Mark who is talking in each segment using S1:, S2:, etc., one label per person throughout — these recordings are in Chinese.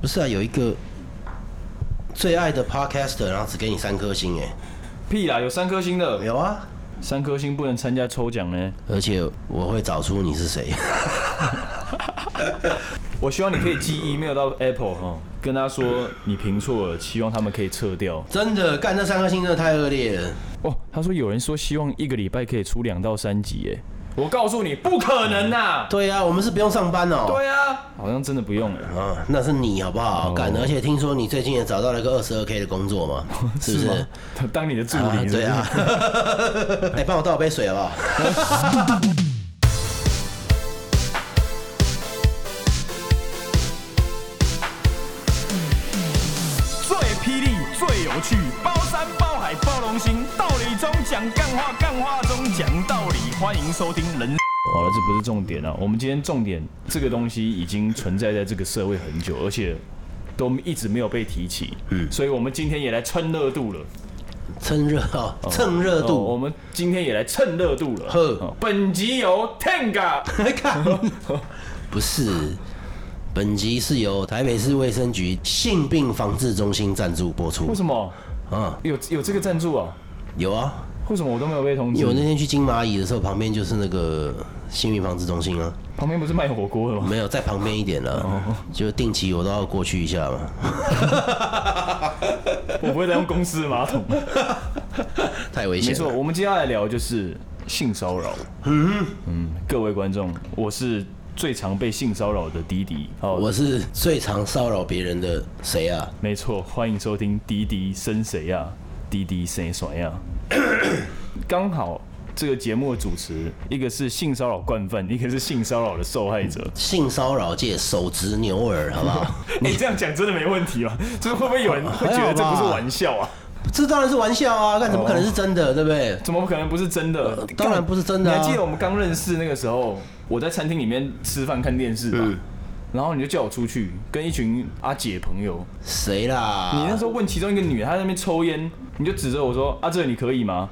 S1: 不是啊，有一个最爱的 podcaster，然后只给你三颗星哎，
S2: 屁啦，有三颗星的，
S1: 有啊，
S2: 三颗星不能参加抽奖呢。
S1: 而且我会找出你是谁。
S2: 我希望你可以寄 email 到 Apple 哈，跟他说你评错了，希望他们可以撤掉。
S1: 真的，干这三颗星真的太恶劣了。
S2: 哦，他说有人说希望一个礼拜可以出两到三集，哎，我告诉你不可能呐、
S1: 对啊，我们是不用上班哦。
S2: 对啊，好像真的不用哎。
S1: 啊，那是你好不
S2: 哦
S1: 好？干、而且听说你最近也找到了一个二十二 k 的工作 嘛，是不是？
S2: 吗？当你的助
S1: 啊
S2: 理，
S1: 对啊。 哎、帮我倒杯水好不好？
S2: 最霹雳、最有趣，包山包海包龙星，道理中讲干话，干话中讲道理。欢迎收听人。好了，这不是重点啊。我们今天重点，这个东西已经存在在这个社会很久，而且都一直没有被提起。嗯，所以我们今天也来蹭热度了。
S1: 趁热哦，蹭热
S2: 哦我
S1: 度。
S2: 们今天也来蹭热度了。
S1: 呵
S2: 哦本集由 Tenga
S1: 看，不是。本集是由台北市卫生局性病防治中心赞助播出
S2: 为。什么
S1: 啊，
S2: 有有这个赞助啊？
S1: 有啊，
S2: 为什么我都没有被通知？
S1: 因为我那天去金蚂蚁的时候，旁边就是那个性病防治中心啊，
S2: 旁边不是卖火锅的吗？
S1: 没有在旁边一点
S2: 哦
S1: 了，就定期我都要过去一下嘛。
S2: 我不会再用公司的马桶。
S1: 太危
S2: 没
S1: 险
S2: 错，
S1: 了。
S2: 我们接下来聊就是性骚扰。嗯嗯，各位观众，我是最常被性骚扰的滴滴。好，
S1: 我是最常骚扰别人的谁啊？
S2: 没错，欢迎收听滴滴生谁呀、滴滴谁谁呀、刚好这个节目的主持，一个是性骚扰惯犯，一个是性骚扰的受害 者。
S1: 性骚扰界手执牛耳，好不 好？
S2: 你、哎这样讲真的没问题吗？就是会不会有人会觉得这不是玩笑啊？
S1: 这当然是玩笑
S2: 哦
S1: 啊，但怎么可能是真的，对不对？
S2: 怎么可能不是真的？
S1: 当然不是真的啊
S2: 你还记得我们刚认识那个时候，我在餐厅里面吃饭看电视嘛，
S1: 嗯
S2: 然后你就叫我出去跟一群阿姐朋友，
S1: 谁啦？
S2: 你那时候问其中一个女的，她在那边抽烟，你就指着我说：“啊，这个你可以吗？”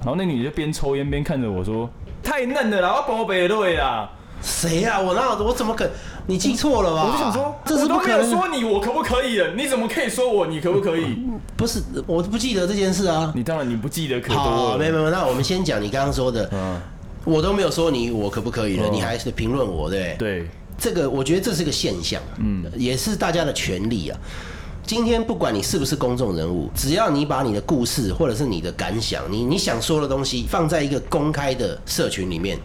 S2: 然后那女的就边抽烟边看着我说：“太嫩了啦，我宝贝对啦。
S1: 谁呀、我哪有我怎么可？你记错了”吧？
S2: 我就想说，
S1: 啊这是
S2: 我
S1: 不
S2: 都
S1: 可
S2: 没有
S1: 能的，
S2: 说你我可不可以了，你怎么可以说我你可不可以？
S1: 不是，我不记得这件事啊。
S2: 你当然你不记得可
S1: 好，
S2: 多
S1: 没有
S2: 了。
S1: 没有，那我们先讲你刚刚说的，
S2: 嗯，
S1: 我都没有说你我可不可以了，
S2: 嗯
S1: 你还是评论我，对不对？
S2: 对，
S1: 这个我觉得这是个现象，嗯，也是大家的权利啊。今天不管你是不是公众人物，只要你把你的故事或者是你的感想，你你想说的东西放在一个公开的社群里面，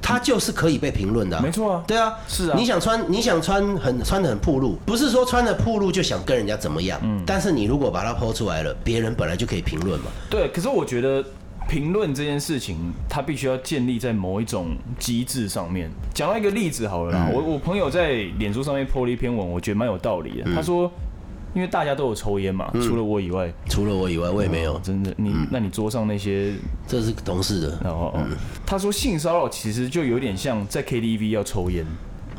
S1: 它就是可以被评论的、
S2: 没错啊
S1: 对啊，
S2: 是啊
S1: 你想穿，你想穿很穿的很暴露，不是说穿的暴露就想跟人家怎么样，嗯，但是你如果把它剖出来了，别人本来就可以评论嘛，
S2: 对，可是我觉得评论这件事情，它必须要建立在某一种机制上面。讲到一个例子好了啦，
S1: 嗯
S2: 我我朋友在脸书上面 po 了一篇文，我觉得蛮有道理
S1: 嗯
S2: 的。他说，因为大家都有抽烟嘛，除了我以外，
S1: 除了我以外，我也嗯没有，嗯
S2: 真的，你那你桌上那些，
S1: 这是同事的，
S2: 然后哦，他说性骚扰其实就有点像在 KTV 要抽烟。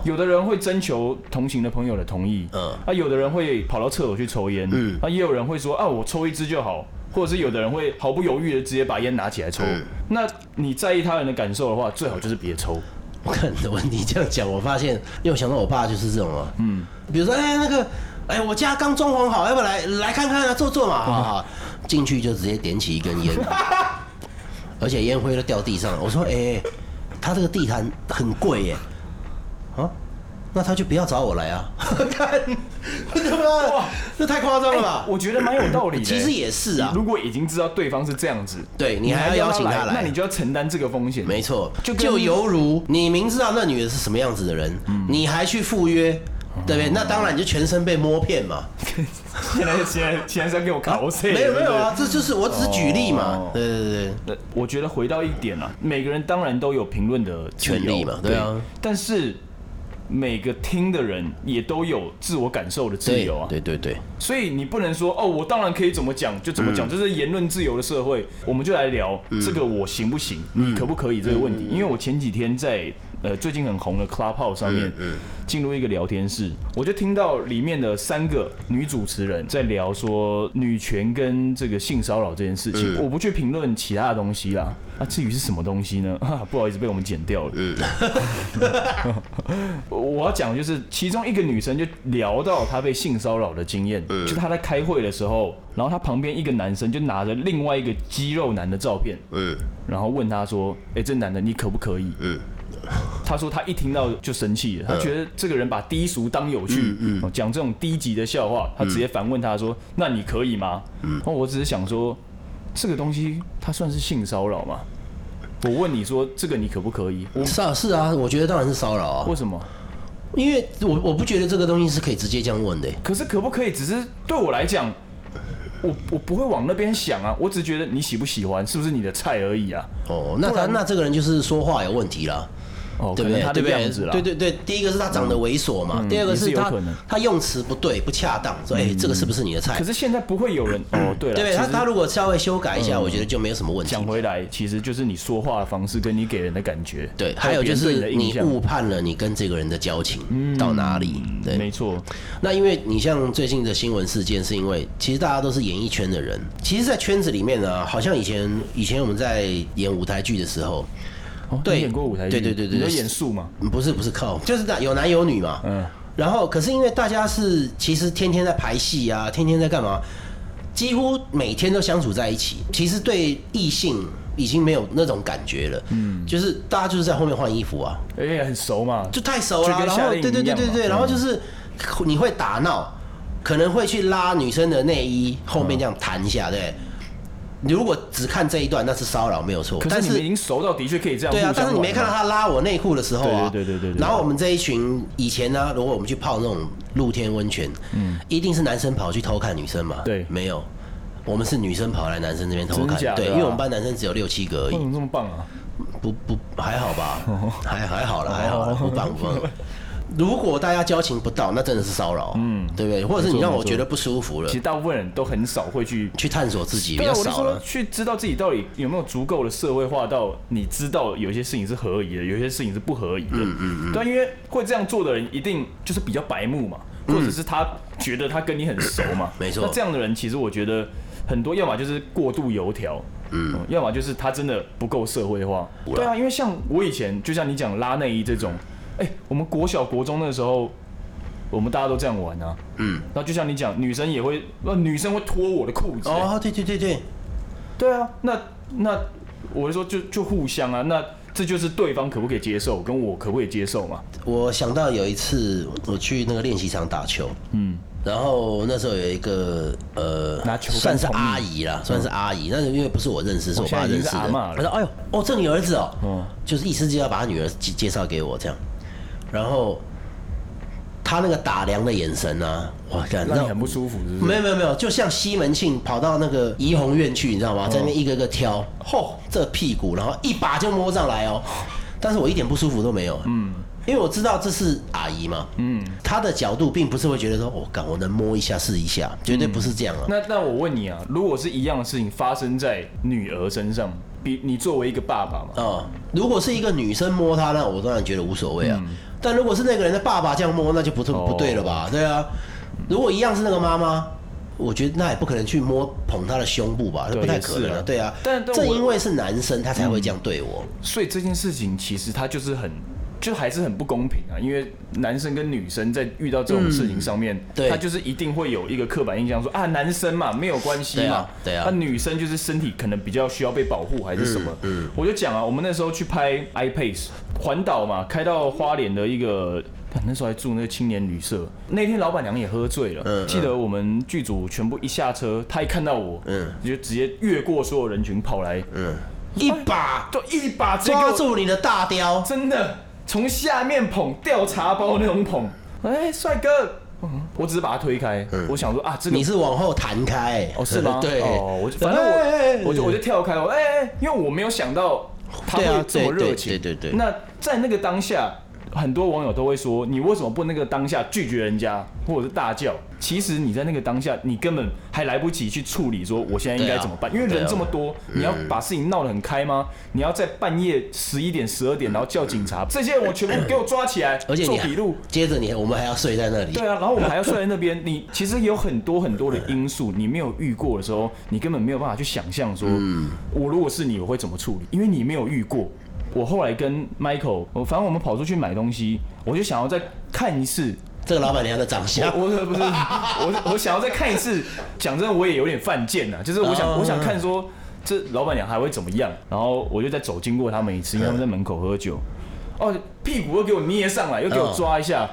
S2: 有的人会征求同行的朋友的同意，
S1: 嗯
S2: 啊，有的人会跑到厕所去抽烟，嗯，啊，也有人会说啊，我抽一支就好，或者是有的人会毫不犹豫的直接把烟拿起来抽。
S1: 嗯
S2: 那你在意他人的感受的话，最好就是别抽。
S1: 我看你的问题这样讲，我发现又想到我爸就是这种啊，嗯，比如说哎、那个哎、我家刚装潢好，要不要来来看看啊，坐坐嘛，好好，进去就直接点起一根 烟，而且烟灰都掉地上了。我说哎、他这个地毯很贵耶，啊，那他就不要找我来啊， 看，我他妈
S2: 哇
S1: 这太夸张了吧？
S2: 我觉得蛮有道理的、
S1: 其实也是啊
S2: 你如果已经知道对方是这样子，
S1: 对你还要邀请他来
S2: 那你就要承担这个风险。
S1: 没错，就
S2: 就跟
S1: 犹如你明知道那女的是什么样子的人，你还去赴约，对不对？那当然你就全身被摸骗嘛。
S2: 现在现在现在是要给我考试、
S1: 没有
S2: 对不
S1: 没
S2: 对
S1: 有啊，这就是我只是举例嘛
S2: 哦。
S1: 对对对，
S2: 那我觉得回到一点啊，每个人当然都有评论的自由
S1: 权利嘛对啊，
S2: 但是每个听的人也都有自我感受的自由啊，
S1: 对对对，
S2: 所以你不能说哦，我当然可以怎么讲就怎么讲，这是言论自由的社会。我们就来聊这个我行不行，你可不可以这个问题，因为我前几天在呃最近很红的 Clubhouse 上面，进入一个聊天室，我就听到里面的三个女主持人在聊说女权跟这个性骚扰这件事情。我不去评论其他的东西啦，啊，至于是什么东西呢？ 哈、不好意思，被我们剪掉了。我要讲的就是其中一个女生就聊到她被性骚扰的经验，就她在开会的时候，然后她旁边一个男生就拿着另外一个肌肉男的照片，
S3: 嗯
S2: 然后问她说：“哎、这男的你可不可以？”
S3: 嗯
S2: 她说她一听到就生气了，她觉得这个人把低俗当有趣，哦讲这种低级的笑话，她直接反问他说：“那你可以吗？”然后我只是想说，这个东西它算是性骚扰吗？我问你说这个你可不可以？我
S1: 是啊，是啊，我觉得当然是骚扰啊
S2: 为，什么？
S1: 因为我我不觉得这个东西是可以直接这样问的、
S2: 可是可不可以？只是对我来讲，我我不会往那边想啊，我只觉得你喜不喜欢，是不是你的菜而已啊？
S1: 哦，那他那这个人就是说话有问题啦，
S2: 哦，
S1: 对不
S2: 可能
S1: 对？
S2: 他的
S1: 对不
S2: 样子啦，嗯
S1: 对？对对对，第一个是他长得猥琐嘛，第二个
S2: 也是
S1: 是
S2: 有
S1: 他
S2: 可能嗯
S1: 他用词不对不恰当，说哎、这个是不是你的菜
S2: 可？是现在不会有人 哦，对了，
S1: 对
S2: 其
S1: 他
S2: 实
S1: 他如果稍微修改一下，我觉得就没有什么问题
S2: 嗯讲。回来，其实就是你说话的方式跟你给人的感觉，
S1: 对，还
S2: 还
S1: 有就
S2: 别人
S1: 是
S2: 对你的印
S1: 你
S2: 象嗯
S1: 误判了你跟这个人的交情到哪里。对，
S2: 没错，
S1: 那因为你像最近的新闻事件，是因为其实大家都是演艺圈的人，其实，在圈子里面呢，好像以前以前我们在演舞台剧的时候，
S2: 哦
S1: 对
S2: 你演过舞台
S1: 对
S2: 剧，
S1: 对对对
S2: 你
S1: 对
S2: 在演素嘛？
S1: 嗯不是不是靠，就是那 有男有女嘛。
S2: 嗯
S1: 嗯。然后，可是因为大家是其实天天在排戏啊，天天在干嘛，几乎每天都相处在一起，其实对异性已经没有那种感觉了。嗯。就是大家就是在后面换衣服啊，
S2: 哎、很熟嘛，
S1: 就太熟了。
S2: 就跟
S1: 然
S2: 夏
S1: 后
S2: 令营
S1: 对对
S2: 一
S1: 对
S2: 样
S1: 对
S2: 嘛
S1: 对，
S2: 嗯
S1: 然后就是你会打闹，可能会去拉女生的内衣，后面这样弹一下，对。你如果只看这一段，那是骚扰没有错，
S2: 可
S1: 但
S2: 是你
S1: 是
S2: 们已经熟到的确可以这样
S1: 对啊，
S2: 互相
S1: 但是你没
S2: 玩
S1: 看
S2: 嘛
S1: 到他拉我内裤的时候啊，
S2: 对对对对对对
S1: 然后我们这一群以前呢、如果我们去泡那种露天温泉，嗯，一定是男生跑去偷看女生嘛，
S2: 对
S1: 没有。我们是女生跑来男生这边偷
S2: 真
S1: 看，
S2: 假的
S1: 对，
S2: 啊
S1: 因为我们班男生只有六七个而
S2: 为什
S1: 已，
S2: 么这么棒啊？
S1: 不不还好吧，
S2: 哦
S1: 还还好了，还好了，不棒不棒。如果大家交情不到，那真的是骚扰，嗯，对不对？或者是你
S2: 没错
S1: 让
S2: 没
S1: 我
S2: 错
S1: 觉得不舒服了
S2: 其实，大部分人都很少会去。
S1: 去探索自己比
S2: 对啊，
S1: 较
S2: 我就
S1: 少
S2: 说
S1: 了。
S2: 去知道自己到底有没有足够的社会化到你知道有些事情是合理的，有些事情是不合理的。嗯嗯嗯。对啊，因为会这样做的人一定就是比较白目嘛，或者是他觉得他跟你很熟嘛。
S1: 没错
S2: 那这样的人其实我觉得很多，要么就是过度油条。嗯，要么就是他真的不够社会化。对啊，因为像我以前，就像你讲拉内衣这种，哎、我们国小国中那时候，我们大家都这样玩啊。嗯，那就像你讲，女生也会，呃，女生会脱我的裤子、啊
S1: 哦，对对对对，
S2: 对啊，那那我就说就就互相啊，那这就是对方可不可以接受，跟我可不可以接受嘛？
S1: 我想到有一次我去那个练习场打球，嗯，然后那时候有一个呃
S2: 拿球杆
S1: 算是
S2: 捅你
S1: 阿姨啦，算是阿姨，但是因为不是我认识，是我
S2: 嗯现在
S1: 爸
S2: 已经
S1: 认
S2: 是
S1: 识
S2: 阿
S1: 的。
S2: 嬷了
S1: 他说：“哎呦，哦，这你儿子哦，
S2: 嗯
S1: 就是意思就要把他女儿介介绍给我这样。”然后他那个打量的眼神啊，哇，感
S2: 让你很不舒服，是不
S1: 没
S2: 是？
S1: 有没有没有，就像西门庆跑到那个怡红院去，你知道吗？在那边一个个挑，吼、这个屁股，然后一把就摸上来哦。 但是我一点不舒服都没有，嗯，因为我知道这是阿姨嘛，嗯，她的角度并不是会觉得说，我、哦、干我能摸一下试一下，绝对不是这样啊。
S2: 那那我问你啊，如果是一样的事情发生在女儿身上，比你作为一个爸爸嘛，
S1: 哦，如果是一个女生摸他，那我当然觉得无所谓啊。但如果是那个人的爸爸这样摸，那就不对
S2: 嗯哦
S1: 不对了吧？对啊，如果一样是那个妈妈，我觉得那也不可能去摸捧他的胸部吧，这
S2: 对
S1: 不太可能
S2: 也是
S1: 啊
S2: 啊。
S1: 对啊，
S2: 但但
S1: 正
S2: 我
S1: 因为是男生，他才会这样对我。
S2: 所以这件事情其实它就是很。就还是很不公平啊，因为男生跟女生在遇到这种事情上面，
S1: 嗯对
S2: 他就是一定会有一个刻板印象说啊，男生嘛没有关系
S1: 对
S2: 嘛
S1: 啊，对啊
S2: 那女生就是身体可能比较需要被保护还是什么，
S1: 嗯
S2: 我就讲啊，我们那时候去拍 iPace 环岛嘛，开到花莲的一个。那时候还住那个青年旅社，那天老板娘也喝醉了。
S1: 嗯
S2: 记得我们剧组全部一下车，她一看到我，
S1: 嗯
S2: 就直接越过所有人群跑来，
S1: 嗯，一把
S2: 就一把直接给我
S1: 抓住你的大雕，
S2: 真的从下面捧调查包那种捧。哎、帅哥，我只是把他推开，我想说啊，这个
S1: 你是往后弹开。？
S2: 哦是吗
S1: 对，
S2: 哦，我就反正
S1: 哎哎哎
S2: 我我就我就跳开，我哎哎，因为我没有想到他
S1: 对啊
S2: 会这么
S1: 对对
S2: 热情，
S1: 对对对
S2: 那在那个当下。很多网友都会说，你为什么不那个当下拒绝人家，或者是大叫？其实你在那个当下，你根本还来不及去处理，说我现在应该怎么办？
S1: 对啊
S2: 因为
S1: 对
S2: 人
S1: 啊
S2: 这么多，你要把事情闹得很开吗？你要在半夜十一点、十二点，然后叫警察，这些人我全部给我抓起来，
S1: 而且
S2: 做
S1: 你
S2: 笔录。
S1: 接着你我们还要睡在那里，
S2: 对啊，然后我们还要睡在那边。你其实有很多很多的因素，你没有遇过的时候，你根本没有办法去想象说，我如果是你，我会怎么处理，因为你没有遇过。我后来跟 Michael，我反正我们跑出去买东西，我就想要再看一次。
S1: 这个老板娘的长相，
S2: 我我不是我我想要再看一次。讲真的，我也有点犯贱呐，就是我想
S1: 哦
S2: 我想看说这老板娘还会怎么样。然后我就再走经过他们一次，因为他们在门口喝酒。哦，屁股又给我捏上来，又给我
S1: 嗯
S2: 抓一下。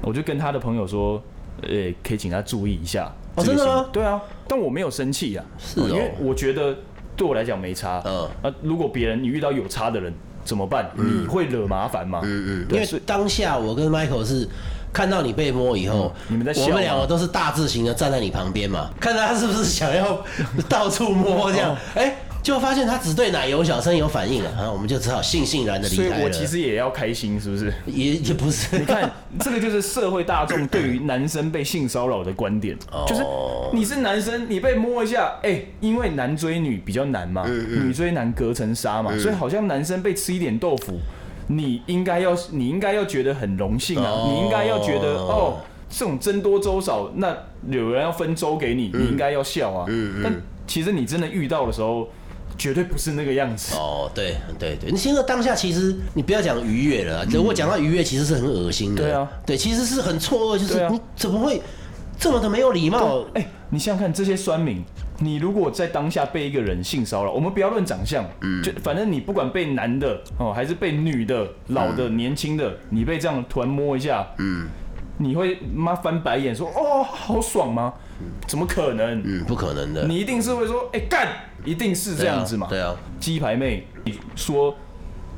S2: 我就跟他的朋友说，呃、可以请他注意一下。
S1: 哦
S2: 这个
S1: 真的
S2: 行为
S1: 吗
S2: 对啊，但我没有生气啊，
S1: 是哦
S2: 因为我觉得对我来讲没差。
S1: 嗯
S2: 啊，如果别人你遇到有差的人怎么办？你会惹麻烦吗？嗯嗯，
S1: 因
S2: 对，
S1: 为
S2: 所以
S1: 当下我跟 Michael 是看到你被摸以后，
S2: 嗯你们在笑
S1: 我
S2: 吗
S1: 们两个都是大字型的站在你旁边 嘛，看他是不是想要到处摸这
S2: 哦
S1: 样，哎、就发现他只对奶油小生有反应了，啊然后我们就只好悻悻然的离
S2: 所以
S1: 开了。
S2: 我其实也要开心，是不是？
S1: 也也不是，
S2: 你看，这个就是社会大众对于男生被性骚扰的观点，就是你是男生，你被摸一下，哎、因为男追女比较难嘛，女追男隔层纱嘛，所以好像男生被吃一点豆腐，你应该要，你应该要觉得很荣幸啊，
S1: 哦
S2: 你应该要觉得哦，这种僧多粥少，那有人要分粥给你，你应该要笑啊，但其实你真的遇到的时候，绝对不是那个样 子。
S1: 哦，对对对，你现在当下其实你不要讲愉悦了啊，如果讲到愉悦，其实是很恶心的。
S2: 嗯对啊
S1: 对，其实是很错愕，就是、
S2: 对啊
S1: 你怎么会这么的没有礼貌？
S2: 哎、你想想看，这些酸民，你如果在当下被一个人性骚扰，我们不要论长相，
S1: 嗯
S2: 就反正你不管被男的哦，还是被女的、老的、
S1: 嗯
S2: 年轻的，你被这样突然摸一下，嗯，你会妈翻白眼说哦，好爽吗？怎么可能？
S1: 嗯，不可能的。
S2: 你一定是会说，哎、干，一定是这样子嘛？
S1: 对啊，
S2: 鸡排妹说，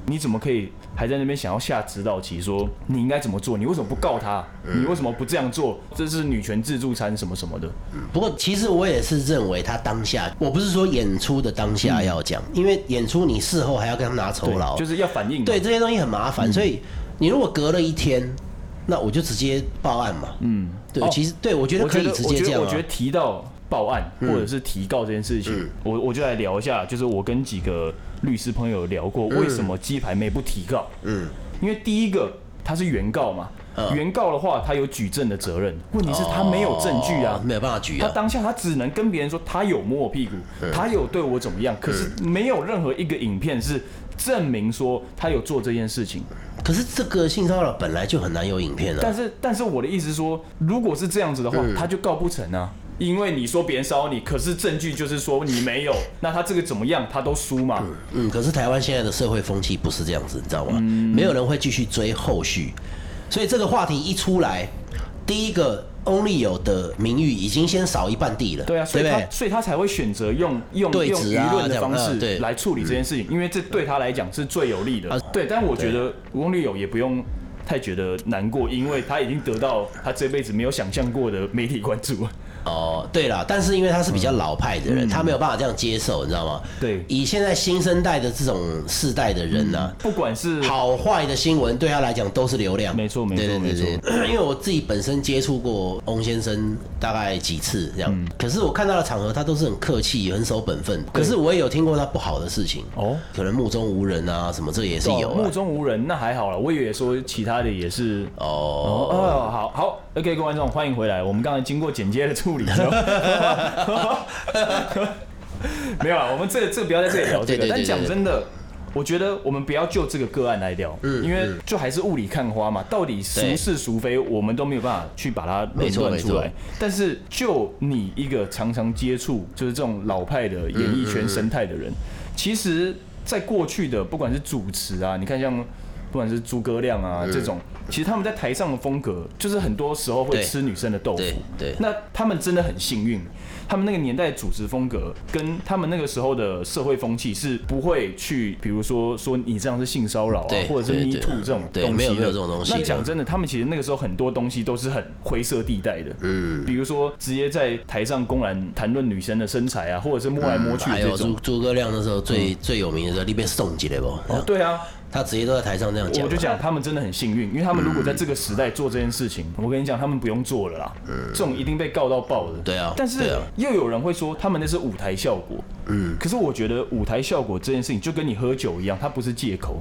S2: 你怎么可以还在那边想要下指导棋，说你应该怎么做？你为什么不告他？
S1: 嗯
S2: 你为什么不这样做？这是女权自助餐什么什么的。
S1: 不过其实我也是认为他当下，我不是说演出的当下要讲，因为演出你事后还要跟他拿酬劳，
S2: 对就是嗯要反应嘛。
S1: 对这些东西很麻烦，所以你如果隔了一天，那我就直接报案嘛。嗯，对，
S2: 哦
S1: 其实对我觉得
S2: 我
S1: 可
S2: 觉
S1: 以
S2: 得
S1: 直
S2: 我
S1: 接
S2: 觉
S1: 这
S2: 得
S1: 样、啊。嗯
S2: 我觉得提到报案或者是提告这件事情，我我就来聊一下，就是我跟几个律师朋友聊
S1: 嗯
S2: 过，为什么鸡排妹不提告？嗯，因为第一个她是原告嘛，
S1: 嗯
S2: 原告的话她有举证的责任，问题是她没有证据
S1: 哦。
S2: 啊
S1: 没有办法举
S2: 她
S1: 啊。
S2: 当下她只能跟别人说她有摸我屁股，
S1: 嗯
S2: 她有对我怎么样，可是没有任何一个影片是证明说她有做这件事情。
S1: 可是这个性骚扰本来就很难有影片啊。
S2: 但是，但是我的意思是说，如果是这样子的话，他就告不成啊，因为你说别人骚扰你，可是证据就是说你没有，那他这个怎么样，他都输嘛。
S1: 嗯，可是台湾现在的社会风气不是这样子，你知道
S2: 嗯
S1: 吗？没有人会继续追后续，所以这个话题一出来，第一个 Only 有的名誉已经先少一半地了，
S2: 对啊，所以
S1: 不
S2: 他
S1: 对？
S2: 所以他才会选择用用
S1: 对
S2: 用
S1: 质啊
S2: 舆论的方
S1: 这样嗯
S2: 式
S1: 对
S2: 来处理这件事情，因为这对他来讲是最有利的
S1: 啊。
S2: 对，但我觉得吴公律友也不用太觉得难过，因为他已经得到他这辈子没有想象过的媒体关注。
S1: 哦，对啦，但是因为他是比较老派的人，他没有办法这样接受，你知道吗？
S2: 嗯对嗯
S1: 以现在新生代的这种世代的人啊呢、
S2: 不管是
S1: 好坏的新闻对他来讲都是流量，
S2: 没错没错
S1: 对对对
S2: 没
S1: 对 因为我自己本身接触过翁先生大概几次这样，
S2: 嗯
S1: 可是我看到的场合他都是很客气、很守本分，可是我也有听过他不好的事情
S2: 哦
S1: 哦，可能目中无人啊，什么这也是有
S2: 哦
S1: 啊
S2: 目。中无人，那还好了。我以为说其他的也是
S1: 哦，
S2: 哦哦，好好，OK，各位观众欢迎回来。我们刚才经过剪接的处理之后， 没有啊，我们这这不要在这里聊这
S1: 对对
S2: 个。
S1: 对
S2: 但讲
S1: 对对
S2: 真的，我觉得我们不要就这个个案来聊，因为就还是雾里看花嘛，到底孰
S1: 嗯对
S2: 是孰非，我们都没有办法去把它
S1: 没
S2: 论
S1: 错
S2: 断
S1: 没
S2: 出
S1: 错
S2: 来。但是就你一个常常接触就是这种老派的演艺圈生态的
S1: 嗯
S2: 人，其实，在过去的不管是主持啊，你看像不管是诸葛亮啊、
S1: 嗯
S2: 这种，其实他们在台上的风格，就是很多时候会
S1: 对
S2: 吃女生的豆腐
S1: 对。对
S2: 那他们真的很幸运，他们那个年代的主持风格跟他们那个时候的社会风气是不会去，比如说说你这样是性骚扰啊
S1: 对，
S2: 或者是
S1: 对
S2: me
S1: 对
S2: too 这种东西的
S1: 对没有没有这种东西
S2: 那
S1: 的
S2: 讲真的，他们其实那个时候很多东西都是很灰色地带的，嗯，比如说直接在台上公然谈论女生的身材啊，或者是摸来摸去
S1: 还
S2: 这
S1: 有
S2: 种嗯
S1: 诸。诸葛亮那时候最最有名的时候，你被送进来不？
S2: 哦，对啊，
S1: 他直接都在台上这样哎讲。
S2: 我就讲他们真的很幸运，因为他们如果在这个时代做这件事情，
S1: 嗯
S2: 我跟你讲，他们不用做了啦，这种一定被告到爆的。
S1: 对啊
S2: 但
S1: 对
S2: 是
S1: 啊
S2: 又有人会说他们那是舞台效果，嗯，可是我觉得舞台效果这件事情就跟你喝酒一样，它不是借口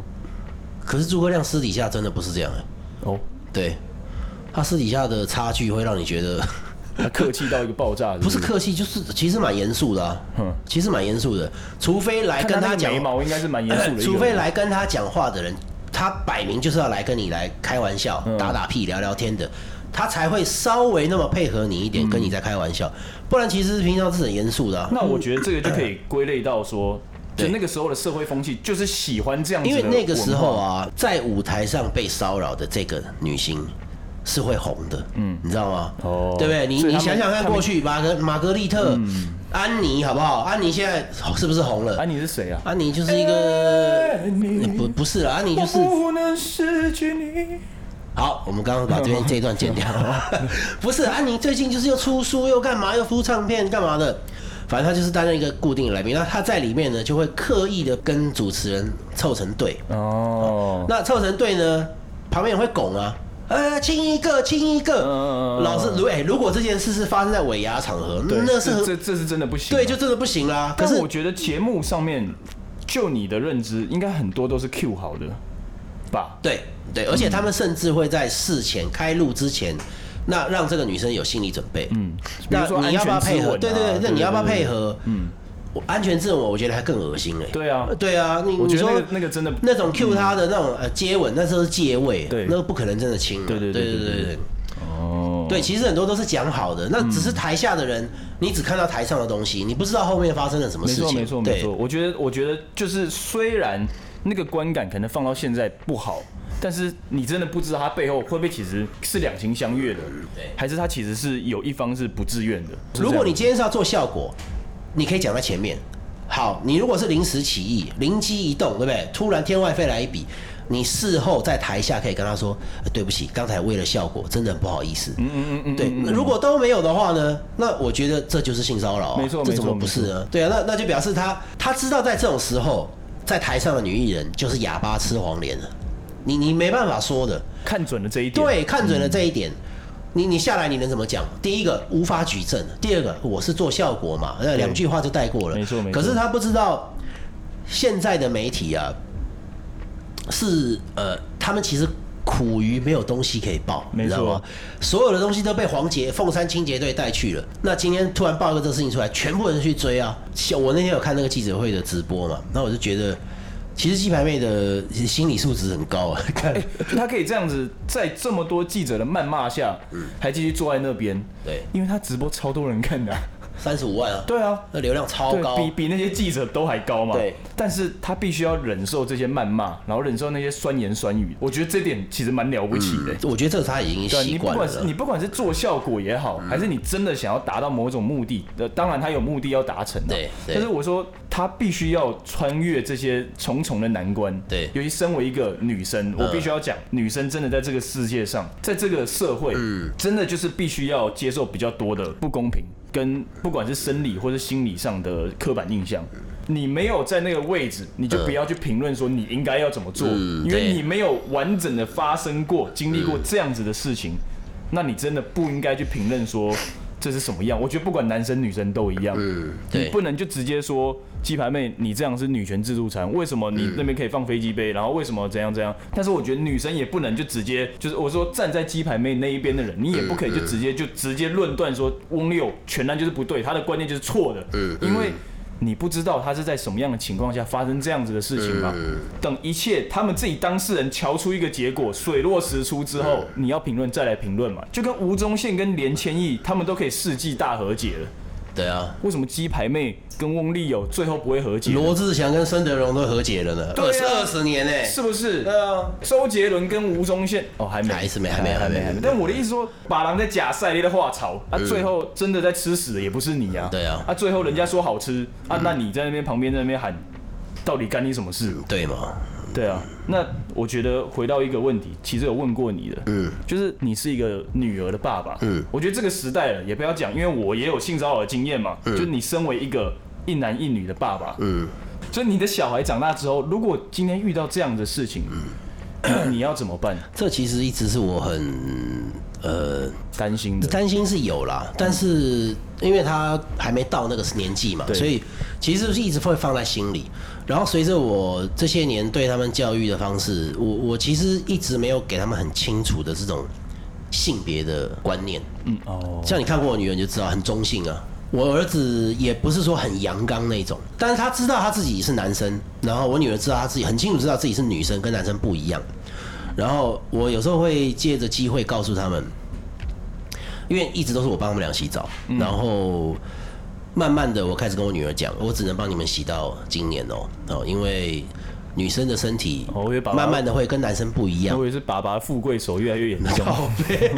S1: 可是诸葛亮私底下真的不是这样、欸，
S2: 哦，
S1: 对他私底下的差距会让你觉得
S2: 他客气到一个爆炸，
S1: 不是客气，就是其实蛮严肃的、啊，其实蛮严肃的，除非来
S2: 嗯看
S1: 跟
S2: 那
S1: 他
S2: 个
S1: 讲呃
S2: 眉毛应该是蛮严肃的一个人，啊
S1: 除非来跟他讲话的人，他摆明就是要来跟你来开玩笑、
S2: 嗯
S1: 打打屁、聊聊天的，他才会稍微那么配合你一点，跟你在开玩笑。不然其实平常是很严肃的、啊。
S2: 嗯那我觉得这个就可以归类到说，就
S1: 嗯对
S2: 那个时候的社会风气就是喜欢这样子。
S1: 因为那个时候，啊，在舞台上被骚扰的这个女星是会红的，嗯，你知道吗？
S2: 哦
S1: 对不对？你
S2: 所以
S1: 你
S2: 他
S1: 想
S2: 们
S1: 想看，
S2: 他们嗯
S1: 过去玛格玛格丽特、安妮好不好？安妮现在是不是红了？
S2: 安妮是谁啊？
S1: 安妮就是一个
S2: 安妮
S1: 呃不不是啦，安妮就
S2: 我
S1: 是
S2: 不能失去你。
S1: 好，我们刚刚把这边这一段剪掉。 不是安妮最近就是又出书又干嘛又出唱片干嘛的，反正她就是担任一个固定的来宾。那她在里面呢就会刻意的跟主持人凑成对，
S2: 哦，
S1: 那凑成队呢，旁边也会拱啊，呃，亲一个，亲一个。
S2: 嗯
S1: 老师，如哎、如果这件事是发生在尾牙场合，那是
S2: 这这
S1: 很
S2: 这是真的不行。啊
S1: 对，就。真的不行啦。可
S2: 但
S1: 是
S2: 我觉得节目上面，就你的认知，应该很多都是 Q 好的吧？
S1: 对对，
S2: 嗯
S1: 而且他们甚至会在事前开录之前，那让这个女生有心理准备。嗯，
S2: 比
S1: 那
S2: 如说
S1: 你要不要
S2: 安全
S1: 配
S2: 之吻
S1: 合？
S2: 啊
S1: 对对对，
S2: 对
S1: 那你要不要
S2: 对对
S1: 配合？嗯，安全自我，我觉得还更恶心哎。
S2: 对啊
S1: 对啊，你
S2: 我觉得那
S1: 你
S2: 个
S1: 说
S2: 那个真的
S1: 那种 Q 他的那种呃接吻，那时候是借位，
S2: 对
S1: 那个不可能真的亲啊。
S2: 对对对
S1: 对
S2: 对对
S1: 对。
S2: 哦，嗯
S1: 对，其实很多都是讲好的，那只是台下的人，你只看到台上的东西，你不知道后面发生了什么
S2: 没
S1: 事
S2: 错
S1: 情。
S2: 没错
S1: 对
S2: 没错。我觉得我觉得就是虽然那个观感可能放到现在不好。但是你真的不知道他背后会不会其实是两情相悦的，还是他其实是有一方是不自愿的？是这
S1: 如
S2: 样
S1: 果你今天是要做效果，你可以讲在前面。好，你如果是临时起意、灵机一动，对不对？突然天外飞来一笔，你事后在台下可以跟他说：“呃对不起，刚才为了效果，真的很不好意思。”嗯嗯嗯嗯。对，那如果都没有的话呢？那我觉得这就是性骚扰、啊，
S2: 没错
S1: 这怎么
S2: 没错
S1: 不是呢？对啊，那那就表示他他知道在这种时候，在台上的女艺人就是哑巴吃黄连了，你你没办法说的。
S2: 看准了这一点，嗯
S1: 对，看准了这一点，你你下来你能怎么讲？第一个无法举证，第二个我是做效果嘛，那两句话就带过了。
S2: 嗯没错没错
S1: 可是他不知道现在的媒体啊，是呃，他们其实。苦于没有东西可以报，
S2: 没
S1: 你知道
S2: 错
S1: 吗？所有的东西都被黄杰、凤山清洁队带去了。那今天突然爆一个这个事情出来，全部人去追啊！像我那天有看那个记者会的直播嘛，那我就觉得，其实鸡排妹的心理素质很高啊。 看
S2: 哎、他可以这样子，在这么多记者的谩骂下，还继续坐在那边，
S1: 对
S2: 因为他直播超多人看的啊、
S1: 三十五万啊，
S2: 对啊，
S1: 那流量超
S2: 对
S1: 高，
S2: 比比那些记者都还高嘛，
S1: 对，
S2: 但是他必须要忍受这些谩骂，然后忍受那些酸言酸语，我觉得这点其实蛮了不起的、
S1: 我觉得这个他已经
S2: 对啊，
S1: 习
S2: 你不
S1: 惯了嗯
S2: 管是你
S1: 啦。
S2: 不管是做效果也好，还是你真的想要达到某种目的，呃，当然他有目的要达成的、
S1: 对对
S2: 但是我说他必须要穿越这些重重的难关。
S1: 对嗯
S2: 尤其身为一个女生，我必须要讲，女生真的在这个世界上，在这个社会，
S1: 嗯
S2: 真的就是必须要接受比较多的不公平，跟不管是生理或是心理上的刻板印象。你没有在那个位置，你就不要去评论说你应该要怎么做，
S1: 嗯
S2: 因为
S1: 对嗯
S2: 你没有完整的发生过、经历过这样子的事情，那你真的不应该去评论说这是什么样。我觉得不管男生女生都一样，
S1: 嗯，
S2: 你
S1: 对，
S2: 不能就直接说鸡排妹，你这样是女权自助餐，为什么你那边可以放飞机杯，然后为什么怎样怎样？但是我觉得女生也不能就直接就是我说站在鸡排妹那一边的人，你也不可以就直接就直接论断说翁六全然就是不对，他的观念就是错的，因为。你不知道他是在什么样的情况下发生这样子的事情吗？等一切他们自己当事人瞧出一个结果，水落石出之后，你要评论再来评论嘛。就跟吴宗宪跟连千亿他们都可以世纪大和解了，
S1: 对啊，
S2: 为什么鸡排妹跟翁立友最后不会和解？
S1: 罗志祥跟孙德荣都和解了呢，
S2: 对啊
S1: 二十二十年呢、
S2: 是不是？
S1: 对啊，
S2: 周杰伦跟吴宗宪哦，还没，
S1: 还是没还没还没还没
S2: 但我的意思说，把狼在假赛里的话吵啊，最后真的在吃屎的也不是你啊。
S1: 对啊嗯
S2: 啊，最后人家说好吃啊，那你在那边旁边在那边喊，到底干你什么事？
S1: 对嘛？
S2: 对啊，那我觉得回到一个问题，其实有问过你的，嗯，就是你是一个女儿的爸爸，嗯，我觉得这个时代了，也不要讲，因为我也有性骚扰的经验嘛，就你身为一个一男一女的爸爸，嗯，就是你的小孩长大之后，如果今天遇到这样的事情，
S1: 嗯
S2: 你要怎么办？
S1: 这其实一直是我很呃
S2: 担心的，
S1: 担心是有啦，但是因为他还没到那个年纪嘛，
S2: 对
S1: 所以其实是一直会放在心里。然后随着我这些年对他们教育的方式，我我其实一直没有给他们很清楚的这种性别的观念。
S2: 嗯哦，
S1: 像你看过我女儿你就知道，很中性啊。我儿子也不是说很阳刚那种，但是他知道他自己是男生，然后我女儿知道她自己很清楚知道自己是女生，跟男生不一样。然后我有时候会借着机会告诉他们，因为一直都是我帮他们俩洗澡，
S2: 嗯
S1: 然后慢慢的我开始跟我女儿讲，我只能帮你们洗到今年哦哦，因为女生的身体
S2: 哦我以为爸爸
S1: 慢慢的会跟男生不一样
S2: 我。以为是爸爸富贵手越来越严 重，
S1: 靠背，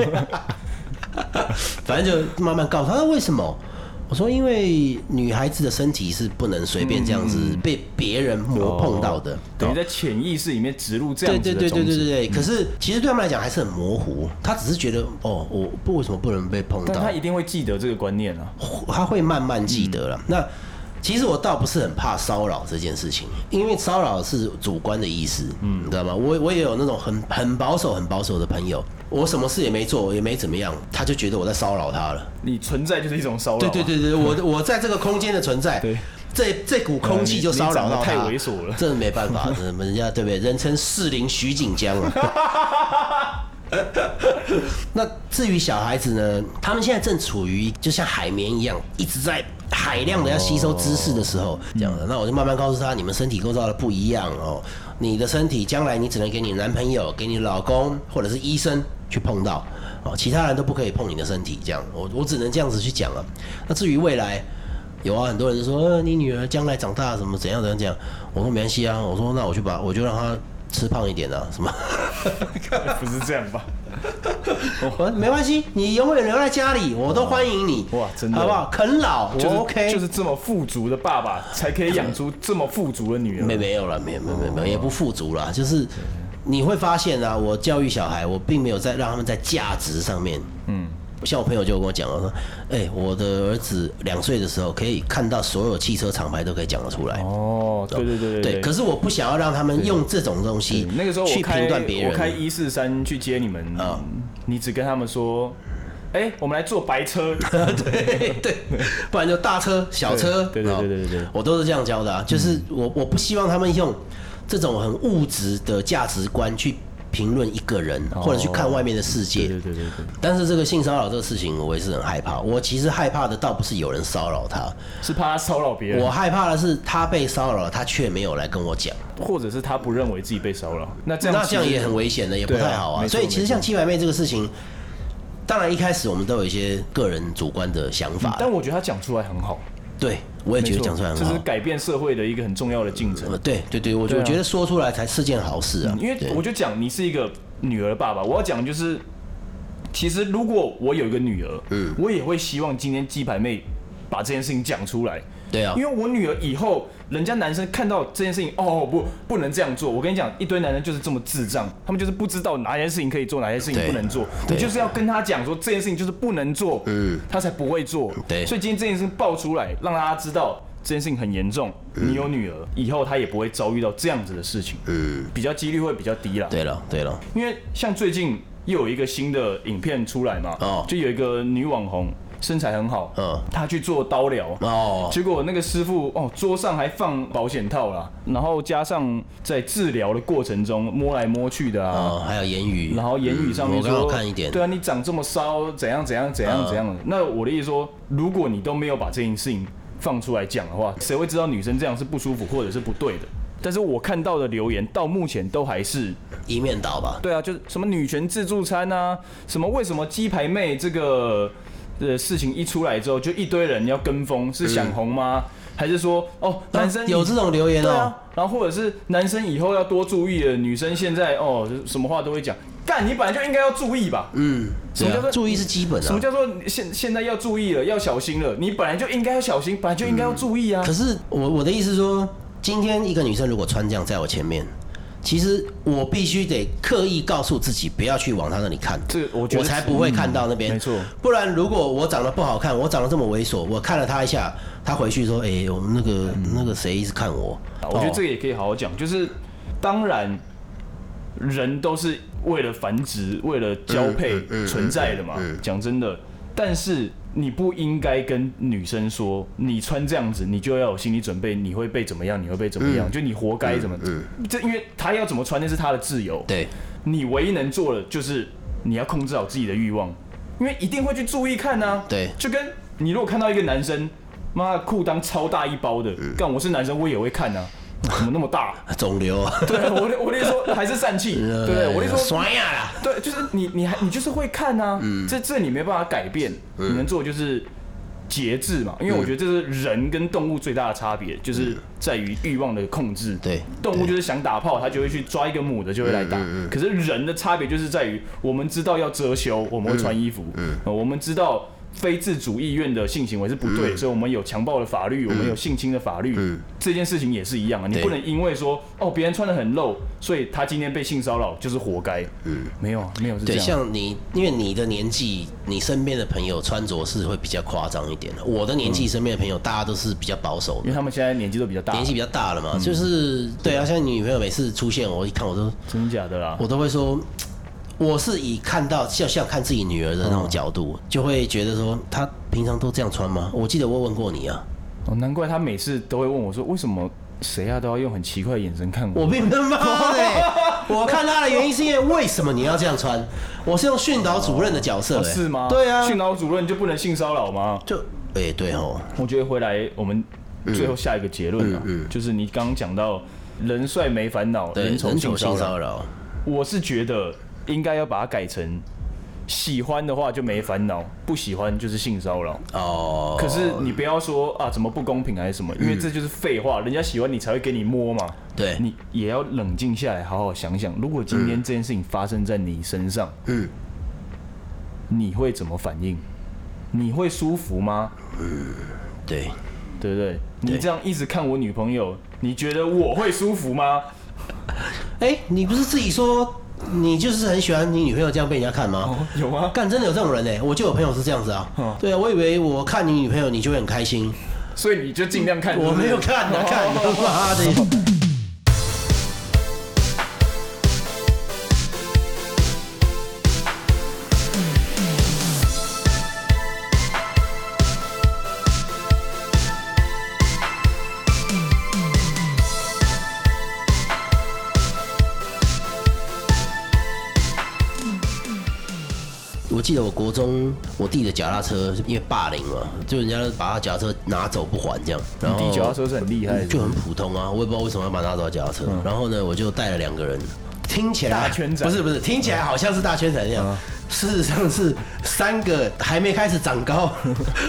S1: 反正就慢慢告诉他为什么。我说，因为女孩子的身体是不能随便这样子
S2: 嗯
S1: 被别人磨碰到的，
S2: 等于在潜意识里面植入哦这
S1: 对
S2: 样
S1: 对
S2: 子
S1: 对
S2: 的
S1: 对
S2: 种
S1: 对对
S2: 子。
S1: 对。可是其实对他们来讲还是很模糊，他只是觉得哦，我不为什么不能被碰到？
S2: 但他一定会记得这个观念啊，
S1: 他会慢慢记得
S2: 嗯
S1: 了。那其实我倒不是很怕骚扰这件事情，因为骚扰是主观的意思，嗯，你知道吗？我我也有那种很很保守、很保守的朋友，我什么事也没做，也没怎么样，他就觉得我在骚扰他了。
S2: 你存在就是一种骚扰啊。
S1: 对对对对，我我在这个空间的存在
S2: 对，
S1: 这这股空气就骚扰到他，
S2: 呃你你长得太猥琐了
S1: 真的没办法，真的人家对不对？人称适龄徐锦江啊。那至于小孩子呢，他们现在正处于就像海绵一样，一直在海量的要吸收知识的时候，这样的。那我就慢慢告诉他，你们身体构造的不一样哦，你的身体将来你只能给你男朋友、给你老公或者是医生去碰到哦，其他人都不可以碰你的身体。这样，我我只能这样子去讲啊。那至于未来。有啊，很多人就说，呃，你女儿将来长大怎么怎样怎样怎样。我说没关系啊，我说那我去把我就让她吃胖一点啊，什么？
S2: 不是这样吧？
S1: 我说没关系，你永远留在家里，我都欢迎你。
S2: 哇真的
S1: 好不好？啃老，我
S2: 就是
S1: OK。
S2: 就是这么富足的爸爸才可以养出这么富足的女儿。
S1: 没没有了，没有没有没有没有，也不富足了。就是你会发现啊，我教育小孩，我并没有在让他们在价值上面，嗯，像我朋友就跟我讲了说，哎、我的儿子两岁的时候可以看到所有汽车厂牌都可以讲得出来。
S2: 哦，对对对
S1: 对，可
S2: 是
S1: 是我不想要让他们用这种东西
S2: 嗯那个时候我
S1: 去
S2: 开
S1: 评断别
S2: 我开
S1: 人。嗯
S2: 一四三去接你们，你只跟他们说，哎，我们来坐 白车，
S1: 对对，不然就大车、小车。
S2: 对对对对对对嗯
S1: 哦我都是这样教的啊。就是我我不希望他们用这种很物质的价值观去评论一个人，或者去看外面的世界。
S2: 哦对对对对对，
S1: 但是这个性骚扰这个事情，我也是很害怕。我其实害怕的倒不是有人骚扰他，
S2: 是怕他骚扰别人
S1: 我，害怕的是他被骚扰了，他却没有来跟我讲。
S2: 或者是他不认为自己被骚扰，那这样
S1: 那这样
S2: 其实
S1: 也很危险的，也不
S2: 对啊
S1: 太好啊。
S2: 没错
S1: 所以其实像
S2: 没错
S1: 七百妹这个事情，当然一开始我们都有一些个人主观的想法，
S2: 嗯但我觉得他讲出来很好，
S1: 对我也觉得讲出来很
S2: 这
S1: 好
S2: 是。改变社会的一个很重要的进程
S1: 呃。对对对，我觉
S2: 对啊嗯
S1: 我觉得说出来才是件好事啊。
S2: 因为
S1: 对
S2: 我就讲你是一个女儿的爸爸，我要讲的就是，其实如果我有一个女儿，嗯，我也会希望今天鸡排妹把这件事情讲出来，
S1: 对啊
S2: 因，为我女儿以后人家男生看到这件事情，哦不，不能这样做。我跟你讲，一堆男人就是这么智障，他们就是不知道哪些事情可以做，哪些事情
S1: 对
S2: 不能做。
S1: 对
S2: 你就是要跟他讲说这件事情就是不能做，嗯，他才不会做。
S1: 对
S2: 所以今天这件事情爆出来，让大家知道这件事情很严重。
S1: 嗯
S2: 你有女儿，以后她也不会遭遇到这样子的事情，嗯，比较几率会比较低啦。
S1: 对了对了，
S2: 因为像最近又有一个新的影片出来嘛，
S1: 哦
S2: 就有一个女网红，身材很好，
S1: 嗯
S2: 她去做刀疗，
S1: 哦
S2: 结果那个师傅哦，桌上还放保险套啦，然后加上在治疗的过程中摸来摸去的啊，
S1: 哦，还有言语，
S2: 然后言语上
S1: 嗯
S2: 面
S1: 我
S2: 说，
S1: 刚好看一点，嗯
S2: 对啊，你长这么骚，怎样怎样怎样怎样的。那我的意思说，如果你都没有把这件事情放出来讲的话，谁会知道女生这样是不舒服或者是不对的？但是我看到的留言到目前都还是
S1: 一面倒吧。
S2: 对啊，就是什么女权自助餐啊，什么为什么鸡排妹这个呃事情一出来之后，就一堆人要跟风，是想红吗？还是说哦，男生、
S1: 嗯啊有这种留言
S2: 对
S1: 哦
S2: 啊，，然后或者是男生以后要多注意了，女生现在哦就是什么话都会讲，干你本来就应该要注意吧？
S1: 嗯，
S2: 什么
S1: 对啊
S2: 叫做
S1: 注意是基本
S2: 什么
S1: 啊？
S2: 叫做现现在要注意了，要小心了？你本来就应该要小心，本来就
S1: 嗯
S2: 应该要注意啊。
S1: 可是我我的意思是说，今天一个女生如果穿这样在我前面，其实我必须得刻意告诉自己不要去往他那里看，
S2: 这我觉得
S1: 才不会看到那边、
S2: 嗯没错
S1: 不然如果我长得不好看，我长得这么猥琐，我看了他一下，他回去说：“哎、我们那个、那个谁一直看我。”哦
S2: 我觉得这个也可以好好讲，就是当然，人都是为了繁殖、为了交配存在的嘛。讲真的，但是你不应该跟女生说你穿这样子，你就要有心理准备，你会被怎么样，你会被怎么样，就你活该怎么。这因为她要怎么穿那是她的自由。
S1: 对，
S2: 你唯一能做的就是你要控制好自己的欲望，因为一定会去注意看呐、啊
S1: 对
S2: 就跟你如果看到一个男生，妈裤裆超大一包的，干、我是男生我也会看呐、怎么那么大？
S1: 肿瘤啊，
S2: 对我的我的意思说还是疝气，
S1: 呃
S2: 对不对？我的意思说，
S1: 酸呀啦。
S2: 对，就是你你还你就是会看呐、这这你没办法改变，你能做的就是。节制嘛，因为我觉得这是人跟动物最大的差别，就是在于欲望的控制。
S1: 对
S2: 动物就是想打炮，它就会去抓一个母的就会来
S1: 嗯
S2: 打。可是人的差别就是在于，我们知道要遮羞，我们会穿衣服，
S1: 嗯
S2: 呃我们知道非自主意愿的性行为是不
S1: 嗯
S2: 对，所以我们有强暴的法律，我们有性侵的法律。这件事情也是一样啊，你
S1: 对
S2: 不能因为说哦别人穿的很露，所以他今天被性骚扰就是活该。嗯，没有啊，没有是这
S1: 对，
S2: 样。
S1: 像你，因为你的年纪，你身边的朋友穿着是会比较夸张一点的。我的年
S2: 嗯
S1: 纪，身边的朋友大家都是比较保守
S2: 因
S1: 的
S2: 为，他们现在年纪都比较大，嗯
S1: 年纪比较大了嘛，就是对啊，像你女朋友每次出现，我一看我都
S2: 真假的啦。
S1: 我都会说，我是以看到就像看自己女儿的那种角
S2: 哦
S1: 度，就会觉得说她平常都这样穿吗？我记得我问过你啊，
S2: 哦，难怪他每次都会问我说，为什么谁啊都要用很奇怪的眼神看我？
S1: 我并没有骂的欸、我看她的原因是因为为什么你要这样穿？我是用训导主任的角色、欸
S2: 哦是吗？
S1: 对啊，
S2: 训导主任就不能性骚扰吗？
S1: 就哎、对哦，
S2: 我觉得回来我们最后下一个结论啊，就是你刚刚讲到人帅没烦恼，
S1: 嗯对，
S2: 人
S1: 人
S2: 丑
S1: 丑
S2: 性
S1: 性骚，
S2: 骚扰
S1: 扰，
S2: 我是觉得应该要把它改成喜欢的话就没烦恼，不喜欢就是性骚扰。
S1: 哦，
S2: 可是你不要说啊，怎么不公平还是什么，因为这就是废话，人家喜欢你才会给你摸嘛。
S1: 嗯对
S2: 你也要冷静下来，好好想想，如果今天这件事情发生在你身上，
S1: 嗯，
S2: 你会怎么反应？你会舒服吗？
S1: 对，
S2: 对不对？你这样一直看我女朋友，你觉得我会舒服吗？
S1: 哎、你不是自己说你就是很喜欢你女朋友这样被人家看吗？
S2: 哦，有吗？
S1: 干，真的有这种人呢、欸我就有朋友是这样子啊。
S2: 嗯
S1: 对啊，我以为我看你女朋友你就会很开心，
S2: 所以你就尽量看。
S1: 我没有看啊，看他
S2: 哦
S1: 妈的。我记得我国中我弟的脚踏车因为霸凌嘛，就人家把他脚踏车拿走不还这样，然后
S2: 你弟脚踏车是很厉害的
S1: 哦
S2: 嗯
S1: 就很普通啊，我也不知道为什么要把他拿走脚踏车。然后呢，我就带了两个人，听起来啊
S2: 大圈仔
S1: 不是不是，听起来好像是大圈仔那样，事实上是三个还没开始长 高，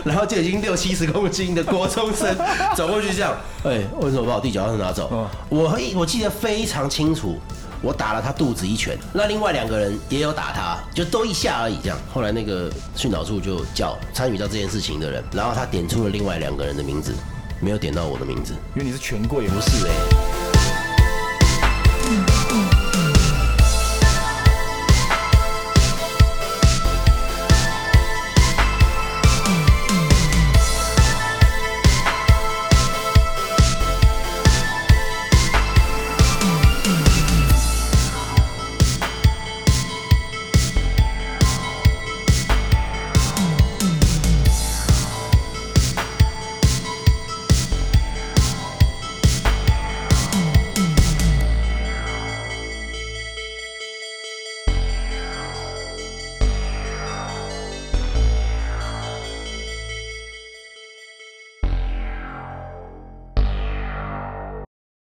S1: 然后就已经六七十公斤的国中生走过去这样，哎，为什么把我弟脚踏车拿走？
S2: 嗯
S1: 我我记得非常清楚。我打了他肚子一拳，那另外两个人也有打他，就都一下而已这样。后来那个训导处就叫参与到这件事情的人，然后他点出了另外两个人的名字，没有点到我的名字。
S2: 因为你是权贵，不
S1: 不
S2: 是？
S1: 是哎、欸。